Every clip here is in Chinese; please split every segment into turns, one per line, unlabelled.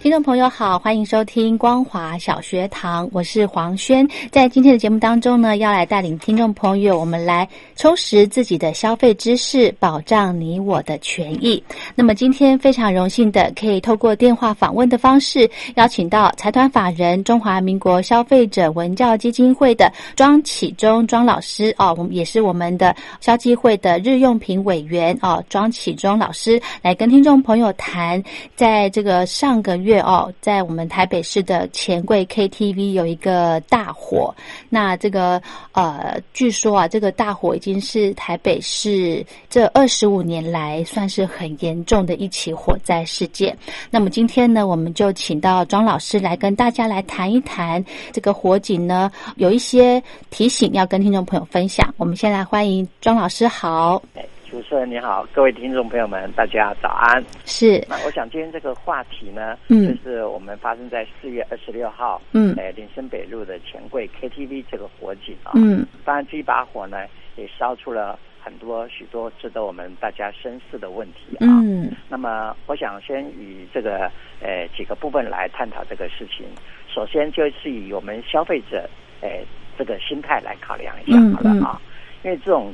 听众朋友好，欢迎收听光华小学堂，我是黄轩。在今天的节目当中呢，要来带领听众朋友，我们来充实自己的消费知识，保障你我的权益。那么今天非常荣幸的，可以透过电话访问的方式，邀请到财团法人中华民国消费者文教基金会的庄启忠庄老师哦，我们也是我们的消基会的日用品委员哦，庄启忠老师来跟听众朋友谈，在这个上个月。哦，在我们台北市的钱柜 KTV 有一个大火，那这个呃，据说啊，这个大火已经是台北市这二十五年来算是很严重的一起火灾事件。那么今天呢，我们就请到庄老师来跟大家来谈一谈这个火警呢，有一些提醒要跟听众朋友分享。我们先来欢迎庄老师，好。
主持人你好，各位听众朋友们，大家早安。
是，
那我想今天这个话题呢，
哎嗯
就是我们发生在四月二十六号，
嗯
呃，林森北路的钱柜 KTV 这个火警啊。
嗯
当然，这一把火呢，也烧出了很多许多值得我们大家深思的问题啊。
嗯
那么，我想先以这个呃几个部分来探讨这个事情。首先，就是以我们消费者呃这个心态来考量一下
嗯
好了啊，因为这种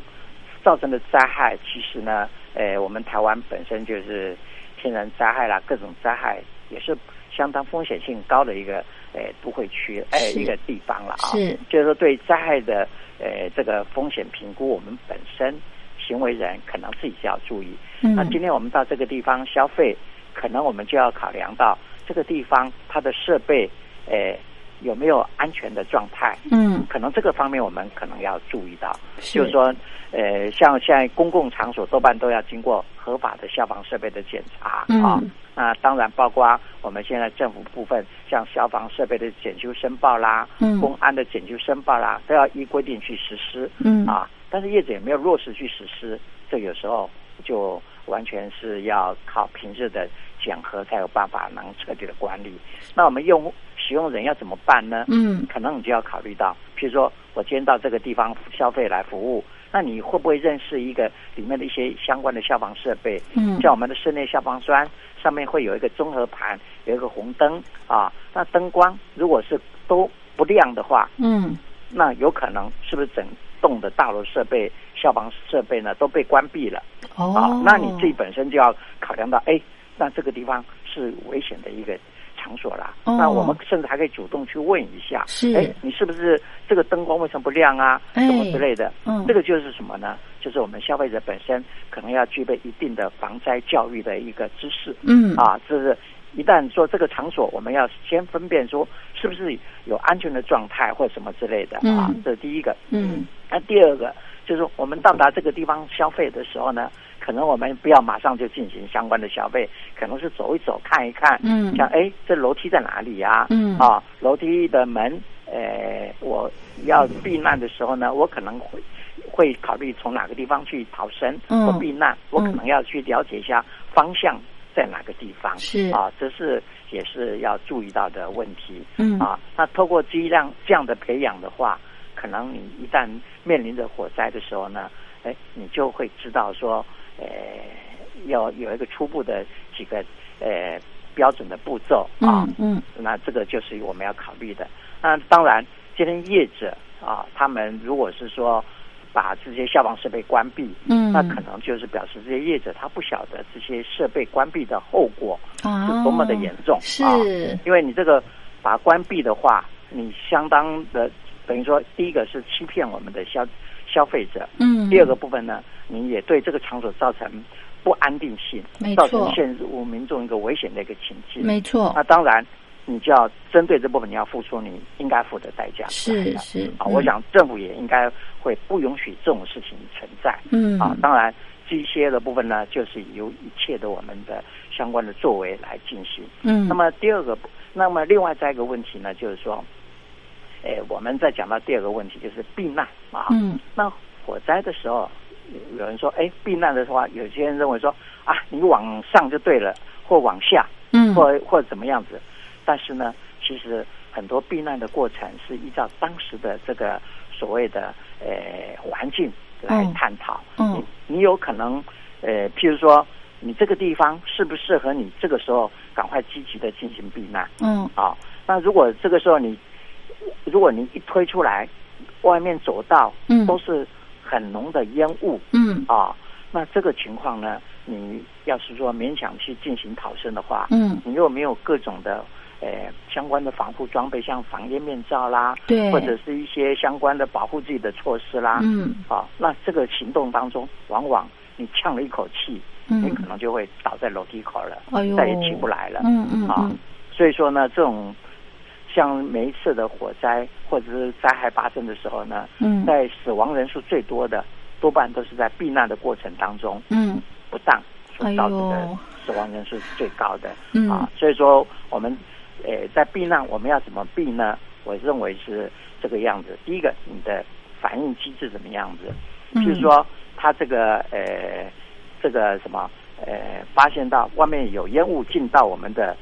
造成的灾害，其实呢，呃，我们台湾本身就是天然灾害啦，各种灾害也是相当风险性高的一个呃都会区呃
是
一个地方了啊。
是，
就是说对灾害的呃这个风险评估，我们本身行为人可能自己就要注意。
嗯
那今天我们到这个地方消费，可能我们就要考量到这个地方它的设备，呃，有没有安全的状态，
嗯
可能这个方面我们可能要注意到。
是
就是说，呃，像现在公共场所多半都要经过合法的消防设备的检查
嗯
啊。那当然包括我们现在政府部分，像消防设备的检修申报啦，
嗯
公安的检修申报啦，都要依规定去实施。
嗯
啊，但是业者也没有落实去实施，这有时候就完全是要靠平日的检核才有办法能彻底的管理。那我们用户使用人要怎么办呢？
嗯
可能你就要考虑到，譬如说我今天到这个地方消费来服务，那你会不会认识一个里面的一些相关的消防设备？
嗯
像我们的室内消防栓上面会有一个综合盘，有一个红灯啊，那灯光如果是都不亮的话，
嗯
那有可能是不是整栋的大楼设备、消防设备呢都被关闭了、
哦
啊？那你自己本身就要考量到，哎，那这个地方是危险的一个场所啦。
哦
那我们甚至还可以主动去问一下，
是
哎，你是不是这个灯光为什么不亮啊？
哎
什么之类的。
嗯
这个就是什么呢？就是我们消费者本身可能要具备一定的防灾教育的一个知识。
嗯
啊，就是一旦做这个场所，我们要先分辨说是不是有安全的状态或什么之类的啊，
嗯
这是第一个。
嗯
那第二个就是我们到达这个地方消费的时候呢，可能我们不要马上就进行相关的消费，可能是走一走看一看，
嗯
像哎这楼梯在哪里呀、
嗯
啊，楼梯的门，呃，我要避难的时候呢，我可能会会考虑从哪个地方去逃生
嗯
或避难，我可能要去了解一下方向在哪个地方。
是
啊，这是也是要注意到的问题。
嗯
啊，那透过这样这样的培养的话，可能你一旦面临着火灾的时候呢，哎，你就会知道说，呃，要有一个初步的几个呃标准的步骤啊。
嗯嗯
那这个就是我们要考虑的。那当然，今天业者啊，他们如果是说把这些消防设备关闭，
嗯，
那可能就是表示这些业者他不晓得这些设备关闭的后果
啊
是多么的严重
是
啊因为你这个把它关闭的话，你相当的等于说，第一个是欺骗我们的消消费者。
嗯，
第二个部分呢，你也对这个场所造成不安定性
没，错
造成陷入民众一个危险的一个情境。
没错
那，当然，你就要针对这部分，你要付出你应该付的代价。
是是
啊，
嗯
我想政府也应该会不允许这种事情存在。
嗯
啊，当然机械的部分呢，就是由一切的我们的相关的作为来进行。
嗯，
那么第二个，那么另外再一个问题呢，就是说，哎，我们再讲到第二个问题，就是避难啊。
嗯
那火灾的时候，有有人说，哎，避难的话，有些人认为说啊，你往上就对了，或往下，
嗯
或或怎么样子。但是呢，其实很多避难的过程是依照当时的这个所谓的呃环境来
嗯
探讨。
嗯
你你有可能呃，譬如说你这个地方适不适合你这个时候赶快积极的进行避难
嗯
啊？那如果这个时候你如果你一推出来，外面走道
嗯
都是很浓的烟雾，
嗯
啊，那这个情况呢，你要是说勉强去进行逃生的话，
嗯，
你又没有各种的呃相关的防护装备，像防烟面罩啦，
对，
或者是一些相关的保护自己的措施啦，
嗯
啊，那这个行动当中，往往你呛了一口气，你
嗯
可，能就会倒在楼梯口了，
哎呦，
再也起不来了。
嗯嗯
啊
嗯，
所以说呢，这种像每一次的火灾或者是灾害发生的时候呢，
嗯
在死亡人数最多的，多半都是在避难的过程当中
嗯
不当所
哎
导致的
呦
死亡人数是最高的、
嗯
啊。所以说，我们呃在避难，我们要怎么避呢？我认为是这个样子。第一个，你的反应机制怎么样子？
嗯
就是说，他这个呃这个什么呃，发现到外面有烟雾进到我们的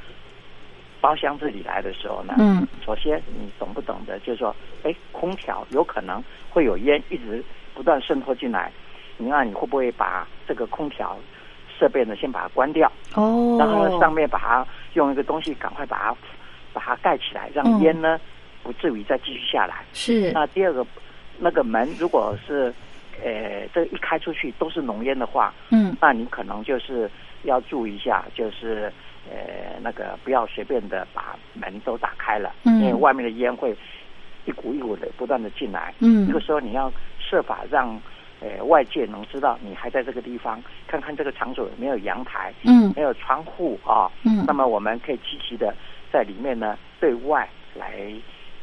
包厢子里来的时候呢，
嗯
首先，你懂不懂得，就是说，哎，空调有可能会有烟一直不断渗透进来，你那你会不会把这个空调设备呢先把它关掉，
哦，
然后呢上面把它用一个东西赶快把它把它盖起来，让
嗯
烟呢不至于再继续下来。
是
那第二个，那个门如果是呃这一开出去都是浓烟的话，
嗯
那你可能就是要注意一下，就是呃那个不要随便的把门都打开了，
嗯
因为外面的烟会一股一股的不断的进来。
嗯
这个时候你要设法让呃外界能知道你还在这个地方，看看这个场所有没有阳台，
嗯
没有窗户啊。
嗯
那么我们可以积极的在里面呢对外来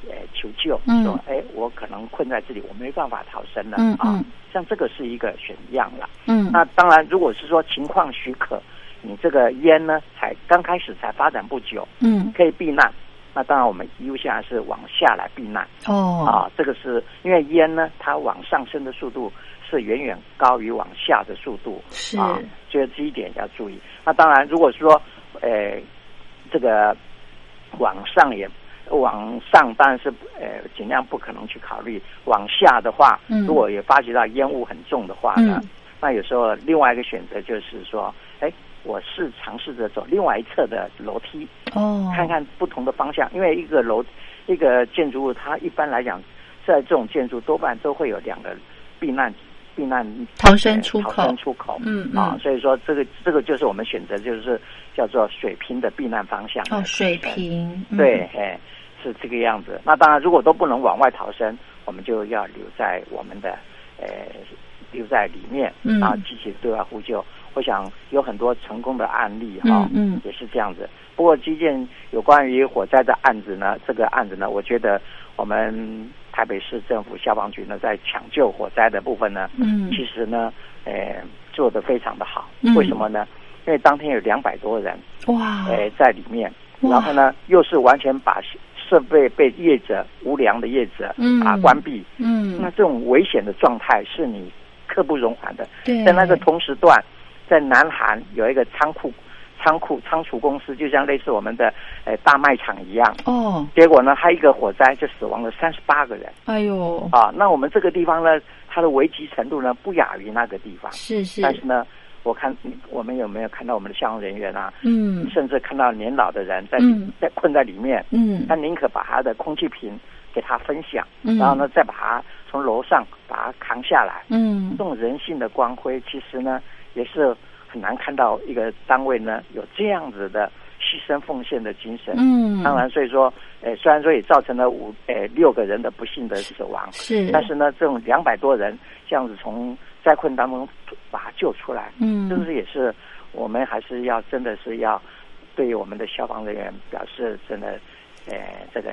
呃求救，
嗯
说哎我可能困在这里，我没办法逃生了、
嗯
啊
嗯。
像这个是一个选样了。
嗯
那当然，如果是说情况许可，你这个烟呢才刚开始才发展不久，
嗯
可以避难。那当然，我们一路下来是往下来避难、
哦
啊。这个是因为烟呢，它往上升的速度是远远高于往下的速度
是
啊，所以这一点要注意。那当然，如果说呃这个往上也呃往上，当然是呃尽量不可能去考虑。往下的话，
嗯
如果也发觉到烟雾很重的话呢，
嗯
那有时候另外一个选择就是说，哎，我是尝试着走另外一侧的楼梯，
哦
看看不同的方向，因为一个楼一个建筑物，它一般来讲，在这种建筑多半都会有两个避难避难
逃生出
呃
口
逃生出口，
嗯
啊
嗯，
所以说这个这个就是我们选择就是叫做水平的避难方向
哦水平嗯
对，哎，是这个样子。那当然，如果都不能往外逃生，我们就要留在我们的呃留在里面，
嗯
然后积极地对外呼救。我想有很多成功的案例哈、
嗯嗯
也是这样子。不过，基建有关于火灾的案子呢，这个案子呢，我觉得我们台北市政府消防局呢，在抢救火灾的部分呢，
嗯
其实呢，呃，做得非常的好。
嗯
为什么呢？因为当天有两百多人，
哇
呃，在里面，
哇
然后呢，又是完全把设备被业者无良的业者
嗯
啊关闭，那
嗯
这种危险的状态是你刻不容缓的。
对
在那个同时段，在南韩有一个仓库、仓库、仓储公司，就像类似我们的呃大卖场一样。
哦
结果呢，它一个火灾就死亡了三十八个人
哎呦
啊！那我们这个地方呢，它的危急程度呢不亚于那个地方，
是是
但是呢，我看我们有没有看到我们的消防人员啊，
嗯
甚至看到年老的人在、
嗯
在困在里面，
嗯
他宁可把他的空气瓶给他分享，
嗯
然后呢再把他从楼上把他扛下来。
嗯
这种人性的光辉，其实呢也是很难看到一个单位呢有这样子的牺牲奉献的精神。
嗯，
当然，所以说，呃，虽然说也造成了五呃六个人的不幸的死亡，
是，
但是呢，这种两百多人这样子从灾困当中把他救出来，
嗯，
这个也是我们还是要真的是要对我们的消防人员表示真的，呃，这个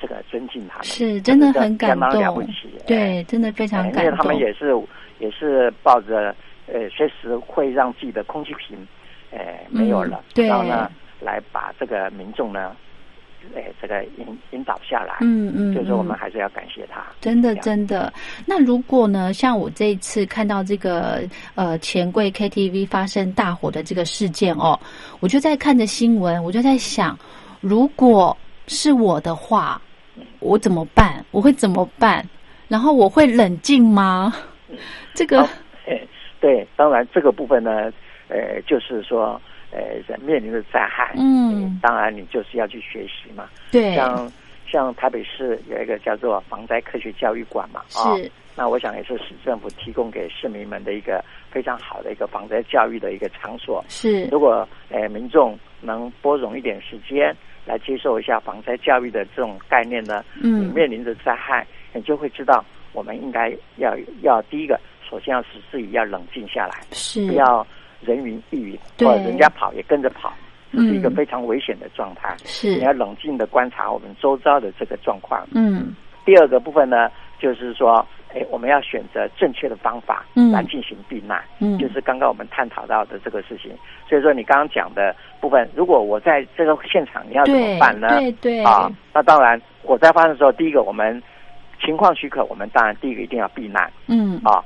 这个尊敬他们，
是真的
这
很
这
感
相当了不
动
起，，
对，真的非
哎
常
因为
感
他们
动，
也是也是抱着呃随时会让自己的空气瓶，呃没有了
嗯，对
然后呢来把这个民众呢，呃这个引引导下来，
嗯嗯，
所以说我们
嗯
还是要感谢他。
真的
这样
真的。那如果呢，像我这一次看到这个呃钱柜 KTV 发生大火的这个事件哦，我就在看着新闻，我就在想，如果是我的话，我怎么办？我会怎么办？然后我会冷静吗？这个
好嘿 对，当然这个部分呢，呃，就是说，呃，人面临的灾害，
嗯
呃当然你就是要去学习嘛。
对
像像台北市有一个叫做防灾科学教育馆嘛，啊、
是
那我想也是市政府提供给市民们的一个非常好的一个防灾教育的一个场所。
是
如果呃民众能拨冗一点时间来接受一下防灾教育的这种概念呢，你
嗯
面临着灾害，你就会知道我们应该要要第一个，首先要使自己要冷静下来，
是
不要人云亦云，
嗯对
或者人家跑也跟着跑，这是一个
嗯
非常危险的状态。
是
你要冷静的观察我们周遭的这个状况。
嗯
第二个部分呢，就是说，哎，我们要选择正确的方法
嗯
来进行避难，
嗯
就是刚刚我们探讨到的这个事情。所以说，你刚刚讲的部分，如果我在这个现场，你要怎么
对
办呢？
对对
啊，那当然，火灾发生的时候，第一个我们情况许可，我们当然第一个一定要避难
嗯
啊。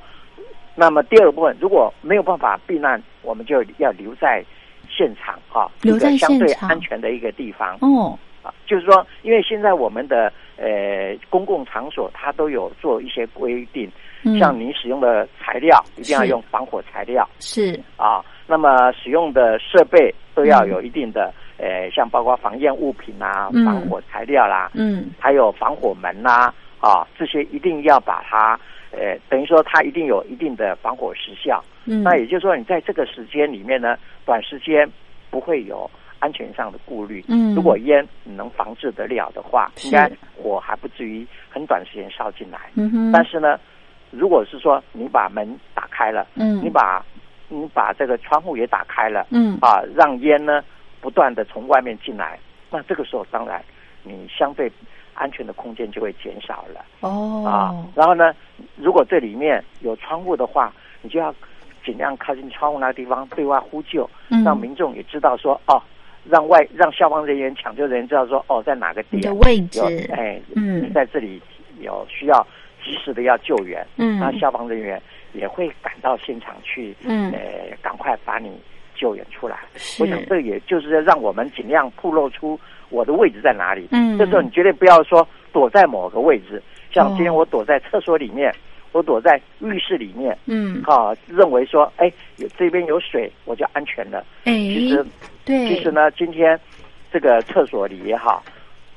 那么第二个部分，如果没有办法避难，我们就要留在现场啊，
留在
一个相对
现场
安全的一个地方。
哦
啊，就是说，因为现在我们的呃公共场所它都有做一些规定，
嗯
像你使用的材料一定要
是
用防火材料
是
啊，那么使用的设备都要
嗯
有一定的、呃，像包括防烟物品啊、
嗯
防火材料啦、
嗯
还有防火门啦啊这些一定要把它呃，等于说它一定有一定的防火时效。
嗯
那也就是说，你在这个时间里面呢，短时间不会有安全上的顾虑。
嗯
如果烟你能防治得了的话，
是
应该火还不至于很短时间烧进来。
嗯哼
但是呢，如果是说你把门打开了，
嗯
你把你把这个窗户也打开了，
嗯
啊，让烟呢不断的从外面进来，那这个时候当然你相对安全的空间就会减少了。啊
哦，
然后呢，如果这里面有窗户的话，你就要尽量靠近窗户那个地方对外呼救，
嗯
让民众也知道说哦，让外让消防人员、抢救人员知道说哦，在哪个
你
点
的位置
有哎，
嗯
在这里有需要及时的要救援，
嗯
那消防人员也会赶到现场去，
嗯
呃，赶快把你救援出来。
是
我想这也就是要让我们尽量暴露出我的位置在哪里。
嗯
这时候你绝对不要说躲在某个位置，像
哦
今天我躲在厕所里面，我躲在浴室里面，
嗯
啊，认为说，哎，有这边有水，我就安全了。
哎
其实，
对
其实呢，今天这个厕所里也好，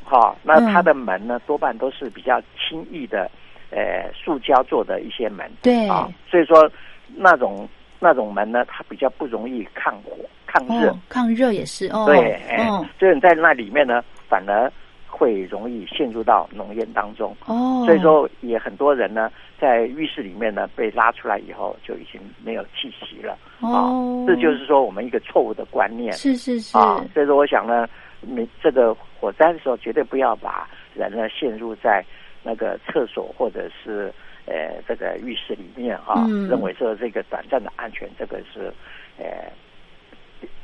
好，那
嗯
它的门呢，多半都是比较轻易的，呃，塑胶做的一些门。
对
啊，所以说那种那种门呢，它比较不容易抗火抗热，
哦抗热也是哦
对，哎
哦
所以你在那里面呢，反而会容易陷入到浓烟当中。
哦，
所以说，也很多人呢，在浴室里面呢被拉出来以后，就已经没有气息了啊
哦。，
这就是说我们一个错误的观念
是是是
啊。所以说，我想呢，你这个火灾的时候，绝对不要把人呢陷入在那个厕所或者是呃这个浴室里面啊，
嗯
认为说这个短暂的安全，这个是呃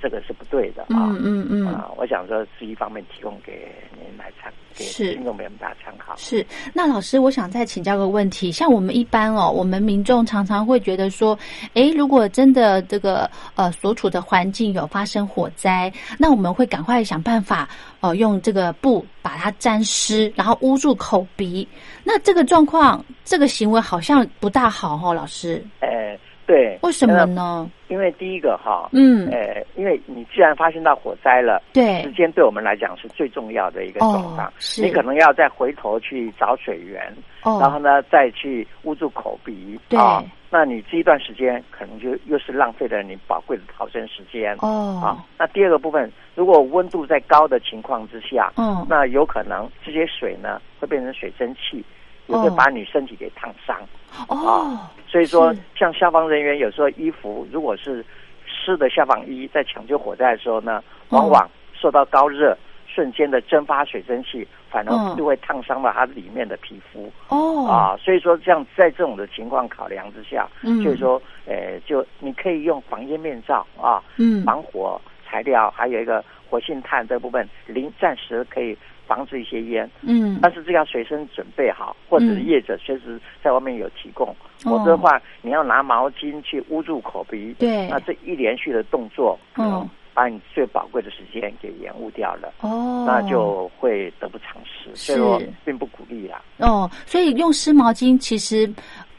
这个是不对的啊。
嗯嗯嗯。
啊，我想说是一方面提供给您来参，给
是
听众朋友们大家参考。
是，那老师，我想再请教个问题。像我们一般哦，我们民众常常会觉得说，诶，如果真的这个呃所处的环境有发生火灾，那我们会赶快想办法，呃，用这个布把它沾湿，然后捂住口鼻。那这个状况，这个行为好像不大好哦，老师。
呃，对，
为什么呢？
因为第一个哈，
嗯，
呃，因为你既然发生到火灾了，时
对，
间对我们来讲是最重要的一个状
哦
况，，
是，
你可能要再回头去找水源，然后
哦，
呢再去捂住口鼻，
对
啊，那你这一段时间可能就又是浪费了你宝贵的逃生时间。
哦
啊，，那第二个部分，如果温度在高的情况之下，
嗯，
那有可能这些水呢会变成水蒸气，也
哦
会把你身体给烫伤。
哦，
所以说
是，
像消防人员有时候衣服如果是湿的消防衣，在抢救火灾的时候呢，
嗯
往往受到高热瞬间的蒸发水蒸气，反
嗯
而就会烫伤了它里面的皮肤、
哦，
啊。所以说，这样在这种的情况考量之下，
嗯
所以说，呃，就你可以用防烟面罩啊，
嗯，
防火材料，还有一个活性炭这部分，零暂时可以防止一些烟。
嗯，
但是这个要随身准备好，或者是业者随时在外面有提供，
嗯
否则的话，你要拿毛巾去捂住口鼻，
对
那，这一连续的动作，可能
嗯
把你最宝贵的时间给延误掉了，
哦，
那就会得不偿失。所以我
是
并不鼓励啦。
哦，所以用湿毛巾其实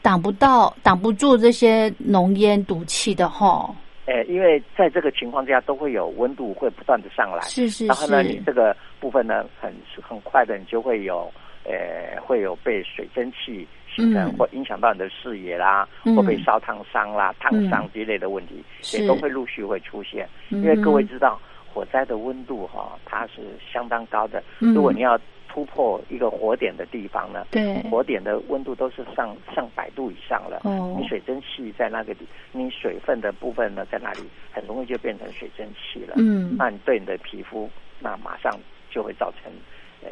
挡不到、挡不住这些浓烟毒气的哈。
呃，因为在这个情况之下，都会有温度会不断的上来，
是是
然后呢，你
是，
这个部分呢，很很快的，你就会有，呃，会有被水蒸气形成、
嗯
或影响到你的视野啦，
嗯
或被烧烫伤啦、烫伤
嗯
之类的问题，
是嗯
也都会陆续会出现。
因
因为各位知道，火灾的温度哈、它是相当高的。
嗯
如果你要突破一个火点的地方呢，
对
火点的温度都是上上百度以上了。
哦
你水蒸气在那个地，你水分的部分呢，在那里很容易就变成水蒸气了。
嗯
那你对你的皮肤，那马上就会造成呃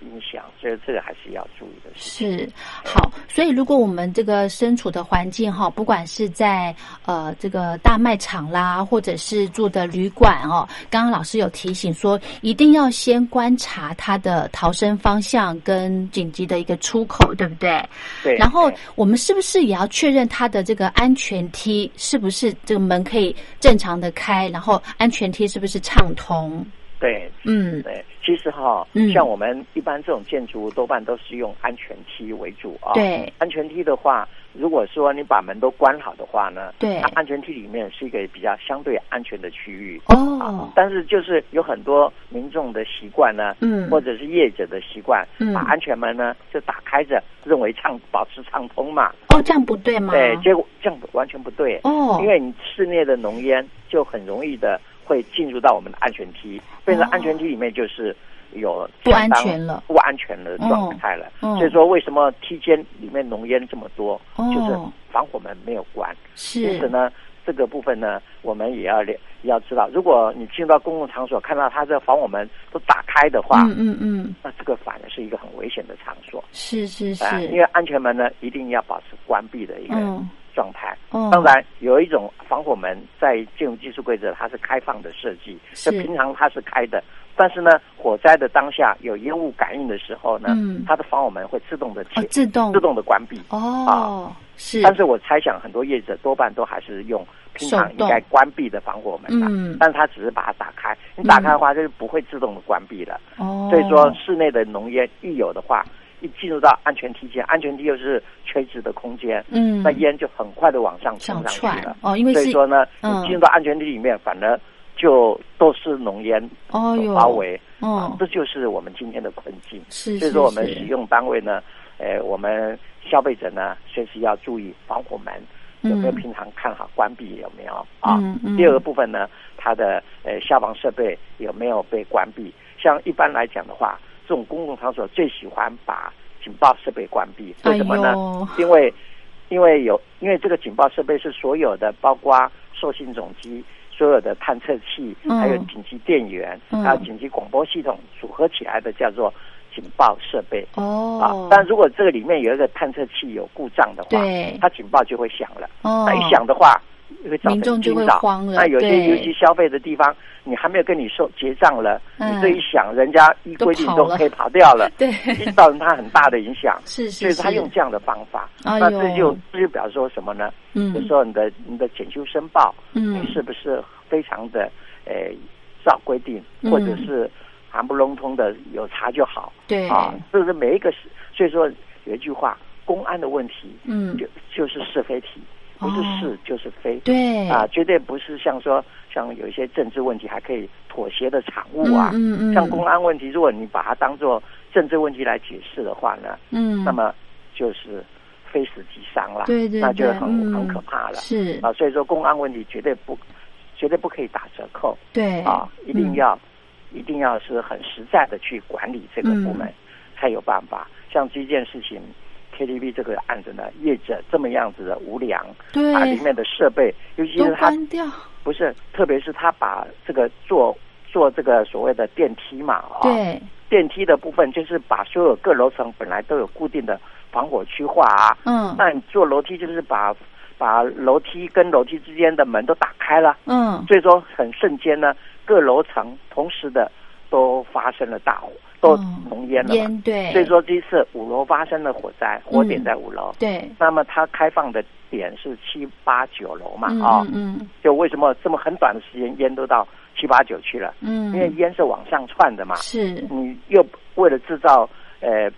影响，所以这个还是要注意的事情。
是好，所以如果我们这个身处的环境哈，不管是在呃这个大卖场啦，或者是住的旅馆哦，刚刚老师有提醒说，一定要先观察它的逃生方向跟紧急的一个出口，对不对？
对，
然后
对
我们是不是也要确认它的这个安全梯是不是这个门可以正常的开，然后安全梯是不是畅通？
对
嗯，
对，其实哈、
嗯
像我们一般这种建筑物多半都是用安全梯为主啊、，
对
安全梯的话，如果说你把门都关好的话呢，
对
它，安全梯里面是一个比较相对安全的区域。
哦，
但是就是有很多民众的习惯呢，
嗯
或者是业者的习惯，
嗯
把安全门呢就打开着，认为畅保持畅通嘛。
哦，这样不对吗？
对，哎结果这样完全不对，
哦
因，为你室内的浓烟就很容易的会进入到我们的安全梯，变成
哦
安全梯里面就是有
不
相当
安全了
不安全的状态了。
嗯嗯
所以说，为什么梯间里面浓烟这么多，
哦
就是防火门没有关。因此
是
呢，这个部分呢，我们也要了也要知道，如果你进入到公共场所看到它这防火门都打开的话，
嗯嗯嗯，
那这个反而是一个很危险的场所。
是是是，
啊，因为安全门呢，一定要保持关闭的一个
嗯
状态。
哦，
当然，有一种防火门在建筑技术规则它是开放的设计，
是
就平常它是开的，但是呢，火灾的当下有烟雾感应的时候呢，
嗯
它的防火门会自动的解、
哦自动
自动的关闭。
哦是，
但是我猜想很多业者多半都还是用平常
手动
应该关闭的防火门啦、啊
嗯
但是它只是把它打开，你打开的话就是不会自动的关闭了。
哦，
所以说室内的浓烟一有的话，一进入到安全梯间，安全梯又是垂直的空间，
嗯
那烟就很快的往上
想
冲上去
串
了。
哦，因为
所以
是
说呢，
嗯
你进入到安全梯里面，反而就都是浓烟
哦
所
哟
包围，啊
哦，
这就是我们今天的困境。
是
所
是
以说，我们使
是，
用单位呢，呃，我们消费者呢，随时要注意防火门有没有
嗯
平常看好关闭有没有啊。
嗯嗯
第二个部分呢，它的呃消防设备有没有被关闭？像一般来讲的话，这种公共场所最喜欢把警报设备关闭，为什么呢？
哎呦
因为因为有因为这个警报设备是所有的，包括受信总机、所有的探测器，
嗯
还有紧急电源，
嗯
还有紧急广播系统组合起来的，叫做警报设备。
哦
啊，，但如果这个里面有一个探测器有故障的话，
对
它警报就会响了。
哦
那一响的话，会造
民众
成
就会
惊扰。
慌了
那有些
对
尤其消费的地方，你还没有跟你收结账了，
嗯
你这一响，人家依规定
都跑
都
了，
可以跑掉了
对
一造成它很大的影响。
是
所
是
以
是，
他用这样的方法，
哎呦
那这就这就表示说什么呢？
嗯
就说你的你的检修申报，
嗯
是不是非常的呃照规定，
嗯
或者是行不笼通的有查就好
对
啊？这是每一个，所以说有一句话，公安的问题
嗯哦
就就是是非题，不是是就是非。
对，
啊，绝对不是像说像有一些政治问题还可以妥协的产物啊。
嗯嗯，
像公安问题，如果你把它当做政治问题来解释的话呢，
嗯，
那么就是非死即伤了，
对对
那就
对
很、
嗯
很可怕了。
是
啊，所以说公安问题绝对不绝对不可以打折扣
对
啊，一定
嗯
要、一定要是很实在的去管理这个部门，
嗯
才有办法。像这件事情，KTV 这个案子呢，业者这么样子的无良，啊
对
把里面的啊设备，尤其
都
是他
关掉，
不是，特别是他把这个做做这个所谓的电梯嘛，啊、
对，
电梯的部分就是把所有各楼层本来都有固定的防火区划啊，
嗯
那你做楼梯就是把把楼梯跟楼梯之间的门都打开了，
嗯，
最终很瞬间呢，各楼层同时的都发生了大火，都
嗯
浓烟了嘛。
烟对，嗯
所以说这一次五楼发生了火灾，火点在五楼，
对，
那么它开放的点是七八九楼嘛
嗯
啊、
嗯
就为什么这么很短的时间烟都到七八九去了？
嗯，
因为烟是往上窜的嘛，
是
你又为了制造呃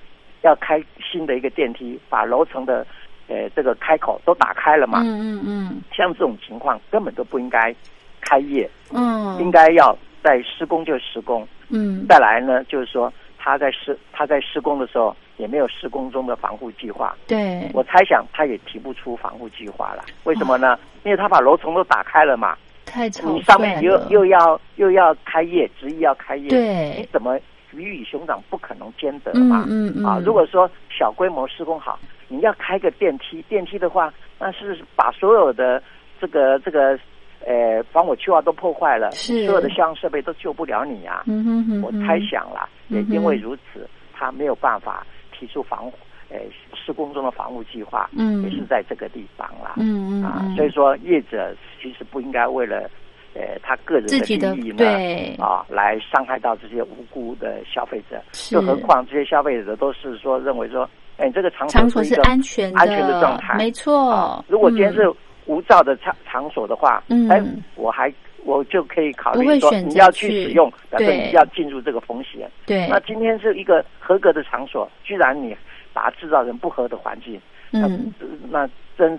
要开新的一个电梯，把楼层的呃这个开口都打开了嘛，
嗯嗯嗯
像这种情况根本都不应该开业，
嗯，
应该要在施工就施工。
嗯
再来呢，就是说他在施他在施工的时候也没有施工中的防护计划，
对，
我猜想他也提不出防护计划了。为什么呢？因为他把楼层都打开了嘛，
太草
你上面
率
又
了
又要又要开业，执意要开业，你
对，
怎么鱼与熊掌不可能兼得
嗯
嘛？
嗯嗯
啊，如果说小规模施工好，你要开个电梯，电梯的话，那是把所有的这个这个呃防火区划都破坏了，
是
所有的消防设备都救不了你啊。
嗯哼哼，
我
哼
猜想啦，也
嗯哼
因为如此，他没有办法提出防呃施工中的防护计划，
嗯
也是在这个地方啦。
嗯嗯
啊
嗯，
所以说业者其实不应该为了呃他个人
自己的
利益呢。
对
啊，来伤害到这些无辜的消费者，
是
更何况这些消费者都是说认为说，哎，这个场
场所
所是
是
一个
安全
安全的状态
没错
啊。如果今天
嗯
是无照的场场所的话，
嗯
哎，我还我就可以考
不
虑
会
说
选
你
择
要去
去
使用，表示
对
你要进入这个风险。
对，
那今天是一个合格的场所，居然你把它制造成不合的环境，
嗯，
那真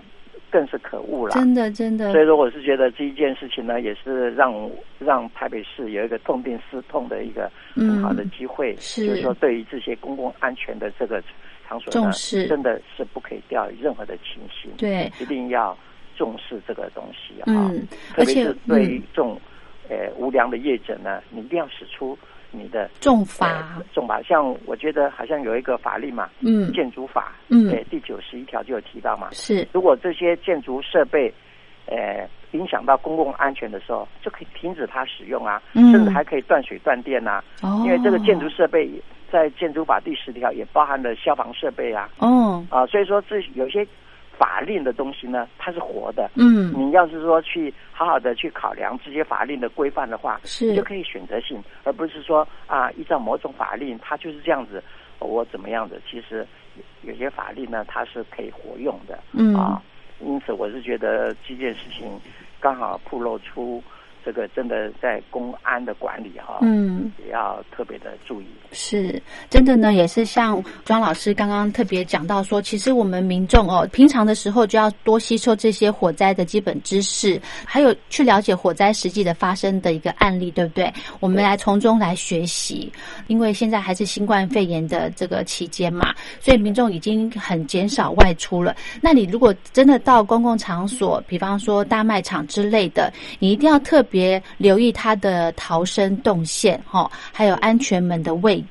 更是可恶了。
真的真的
所以说，我是觉得这一件事情呢，也是让我让台北市有一个痛定思痛的一个很好的
嗯
机会，
是
就是说对于这些公共安全的这个场所呢
重视
真的是不可以掉以任何的轻心，，
对，
一定要重视这个东西啊，
嗯，
特
而
别
且
是对于
嗯，
这种、呃无良的业者呢，你一定要使出你的
重罚
呃，重罚，像我觉得好像有一个法律嘛，
嗯
建筑法，
嗯
对，第九十一条就有提到嘛，
是
如果这些建筑设备，呃，影响到公共安全的时候，就可以停止它使用啊，
嗯
甚至还可以断水断电呐、
哦，
因为这个建筑设备在建筑法第十条也包含了消防设备啊，
哦，
啊，所以说这有些法令的东西呢，它是活的。
嗯
你要是说去好好的去考量这些法令的规范的话，
是
你就可以选择性，而不是说啊依照某种法令它就是这样子，我怎么样子。其实有些法令呢，它是可以活用的，
嗯
啊，因此我是觉得这件事情刚好暴露出这个真的在公安的管理哈、
嗯。
也要特别的注意。
是，真的呢，也是像庄老师刚刚特别讲到说，其实我们民众哦，平常的时候就要多吸收这些火灾的基本知识，还有去了解火灾实际的发生的一个案例，对不对？我们来从中来学习，因为现在还是新冠肺炎的这个期间嘛，所以民众已经很减少外出了。那你如果真的到公共场所，比方说大卖场之类的，你一定要特别留意它的逃生动线哈、哦，还有安全门的位置。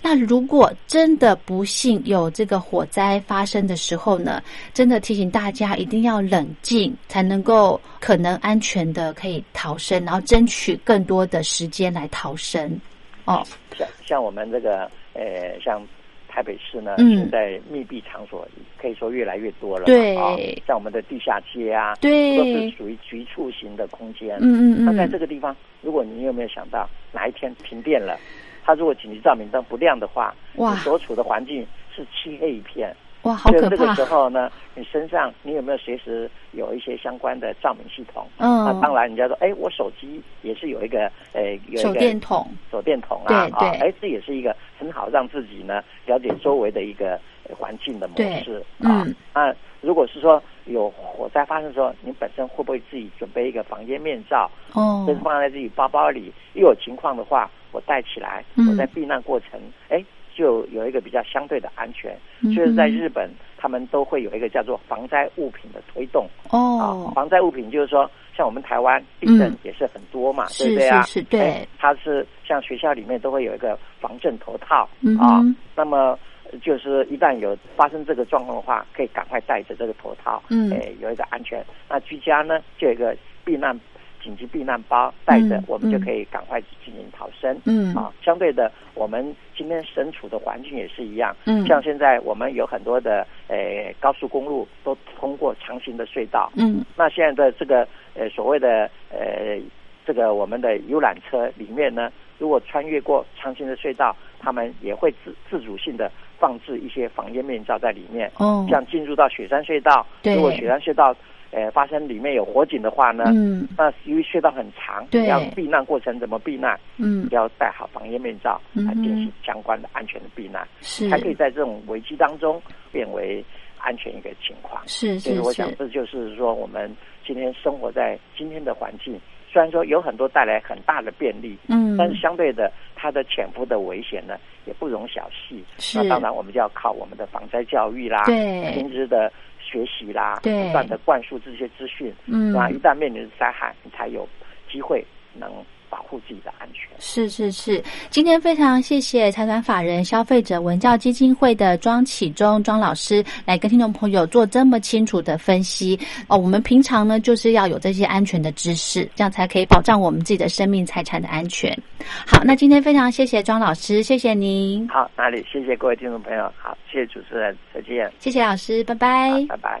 那如果真的不幸有这个火灾发生的时候呢，真的提醒大家一定要冷静，才能够可能安全的可以逃生，然后争取更多的时间来逃生。哦，
像像我们这个呃，像台北市呢，
嗯
现在密闭场所可以说越来越多了嘛。
对
啊像我们的地下街啊，都是
对，
属于局促型的空间。
嗯嗯
那在
嗯，
这个地方，如果你有没有想到哪一天停电了，它如果紧急照明灯不亮的话，
哇
你所处的环境是漆黑一片。
哇，好
所以
可
这个
怕
时，候呢，你身上你有没有随时有一些相关的照明系统？那
嗯，
当然，人家说，哎，我手机也是有一个，呃，有一
手
个
电筒，
手电筒
对
啊，啊
对，
哎，这也是一个很好让自己呢了解周围的一个环境的模
对
式啊。
嗯
那如果是说有火灾发生的时候，你本身会不会自己准备一个防烟面罩，
哦
这，是放在自己包包里？一有情况的话，我带起来，
嗯
我在避难过程，哎，就有一个比较相对的安全。
嗯
所以在日本，他们都会有一个叫做防灾物品的推动。啊
哦，，嗯
防灾物品就是说，像我们台湾地震也是很多嘛，对
是
不对啊？
是是，对
哎，它是像学校里面都会有一个防震头套
嗯
啊
哼，
那么呃就是一旦有发生这个状况的话，可以赶快带着这个头套，
嗯
哎，有一个安全。那居家呢，就有一个避难紧急避难包带着
嗯，
我们就
嗯
可以赶快进行逃生。
嗯
啊，相对的，我们今天身处的环境也是一样，
嗯
像现在我们有很多的呃高速公路都通过长型的隧道，
嗯
那现在的这个呃所谓的呃这个我们的游览车里面呢，如果穿越过长型的隧道，他们也会自自主性的放置一些防烟面罩在里面。
哦，
像进入到雪山隧道，
对
如果雪山隧道呃发生里面有火警的话呢，
嗯
那由于隧道很长，
对
你要避难过程怎么避难？
嗯
要戴好防烟面罩
嗯哼
来进行相关的安全的避难，
是
才可以在这种危机当中变为安全一个情况。
是
所以
是
我想
是，
这就是说我们今天生活在今天的环境，虽然说有很多带来很大的便利，
嗯
但是相对的它的潜伏的危险呢也不容小觑。
是
那当然我们就要靠我们的防灾教育啦，
对
平时的学习啦，
对
不断的灌输这些资讯，
嗯
那一旦面临灾害，你才有机会能保护自己的安全。
是是是，今天非常谢谢财团法人消费者文教基金会的庄启忠庄老师来跟听众朋友做这么清楚的分析哦。我们平常呢就是要有这些安全的知识，这样才可以保障我们自己的生命财产的安全。好，那今天非常谢谢庄老师，谢谢您，
好，那里谢谢各位听众朋友，好，谢谢主持人，再见，
谢谢老师，拜拜。
好拜拜。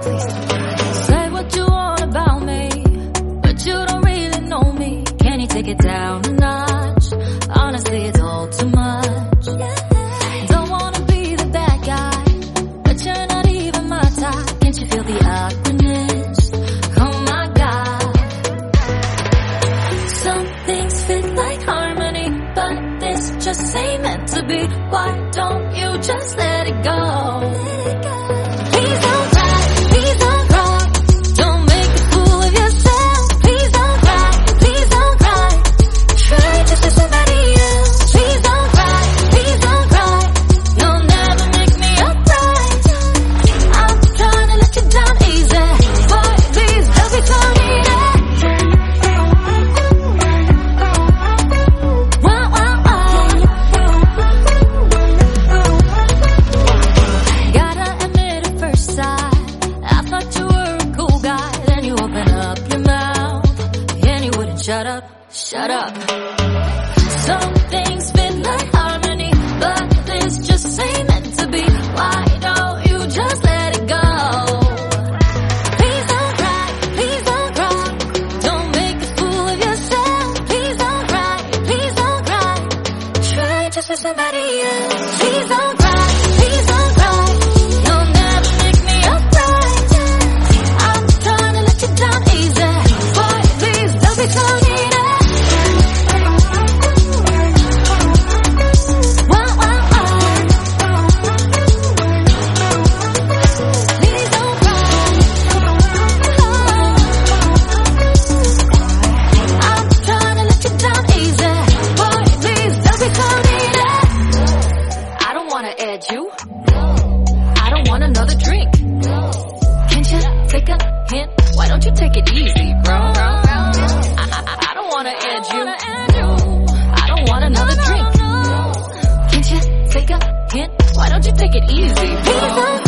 Say what you want about me, but you don't really know me. Can you take it down a notch? Honestly, it's all too much. Don't wanna be the bad guy, but you're not even my type. Can't you feel the awkwardness? Oh my god. Some things fit like harmony, but this just ain't meant to be. Why don't you just let it go? Please don't cry, please don't cry. Don't make a fool of yourself. Please don't cry, please don't cry. Try to be somebody else. Please don't cry, please don't cry. You'll never make me alright. I'm trying to let you down easy. Boy, please don't be so needy. Wow, wow, wow. Gotta admit at first sight, I thought you were a cool guy. Then you open up your mouth, and you wouldn't shut up, shut up. Some things fit like harmony, but this just ain't meant to be. Why don't you just let it go? Please don't cry, please don't cry. Don't make a fool of yourself. Please don't cry, please don't cry. Try just for somebody else. Please don't cry, please don't cry. You'll never make me alright. I'm trying to let you down easy. Boy, please don't be so needy. Wow, wow, wow. Please don't cry. I'm trying to let you down easy. Boy, please don't be so needy. I don't wanna add you. I don't want another drink. Can't you take a hint? Why don't you take it easy, bro? I, I, I don't wanna add you. I don't want another drink. Can't you take a hint? Why don't you take it easy, bro?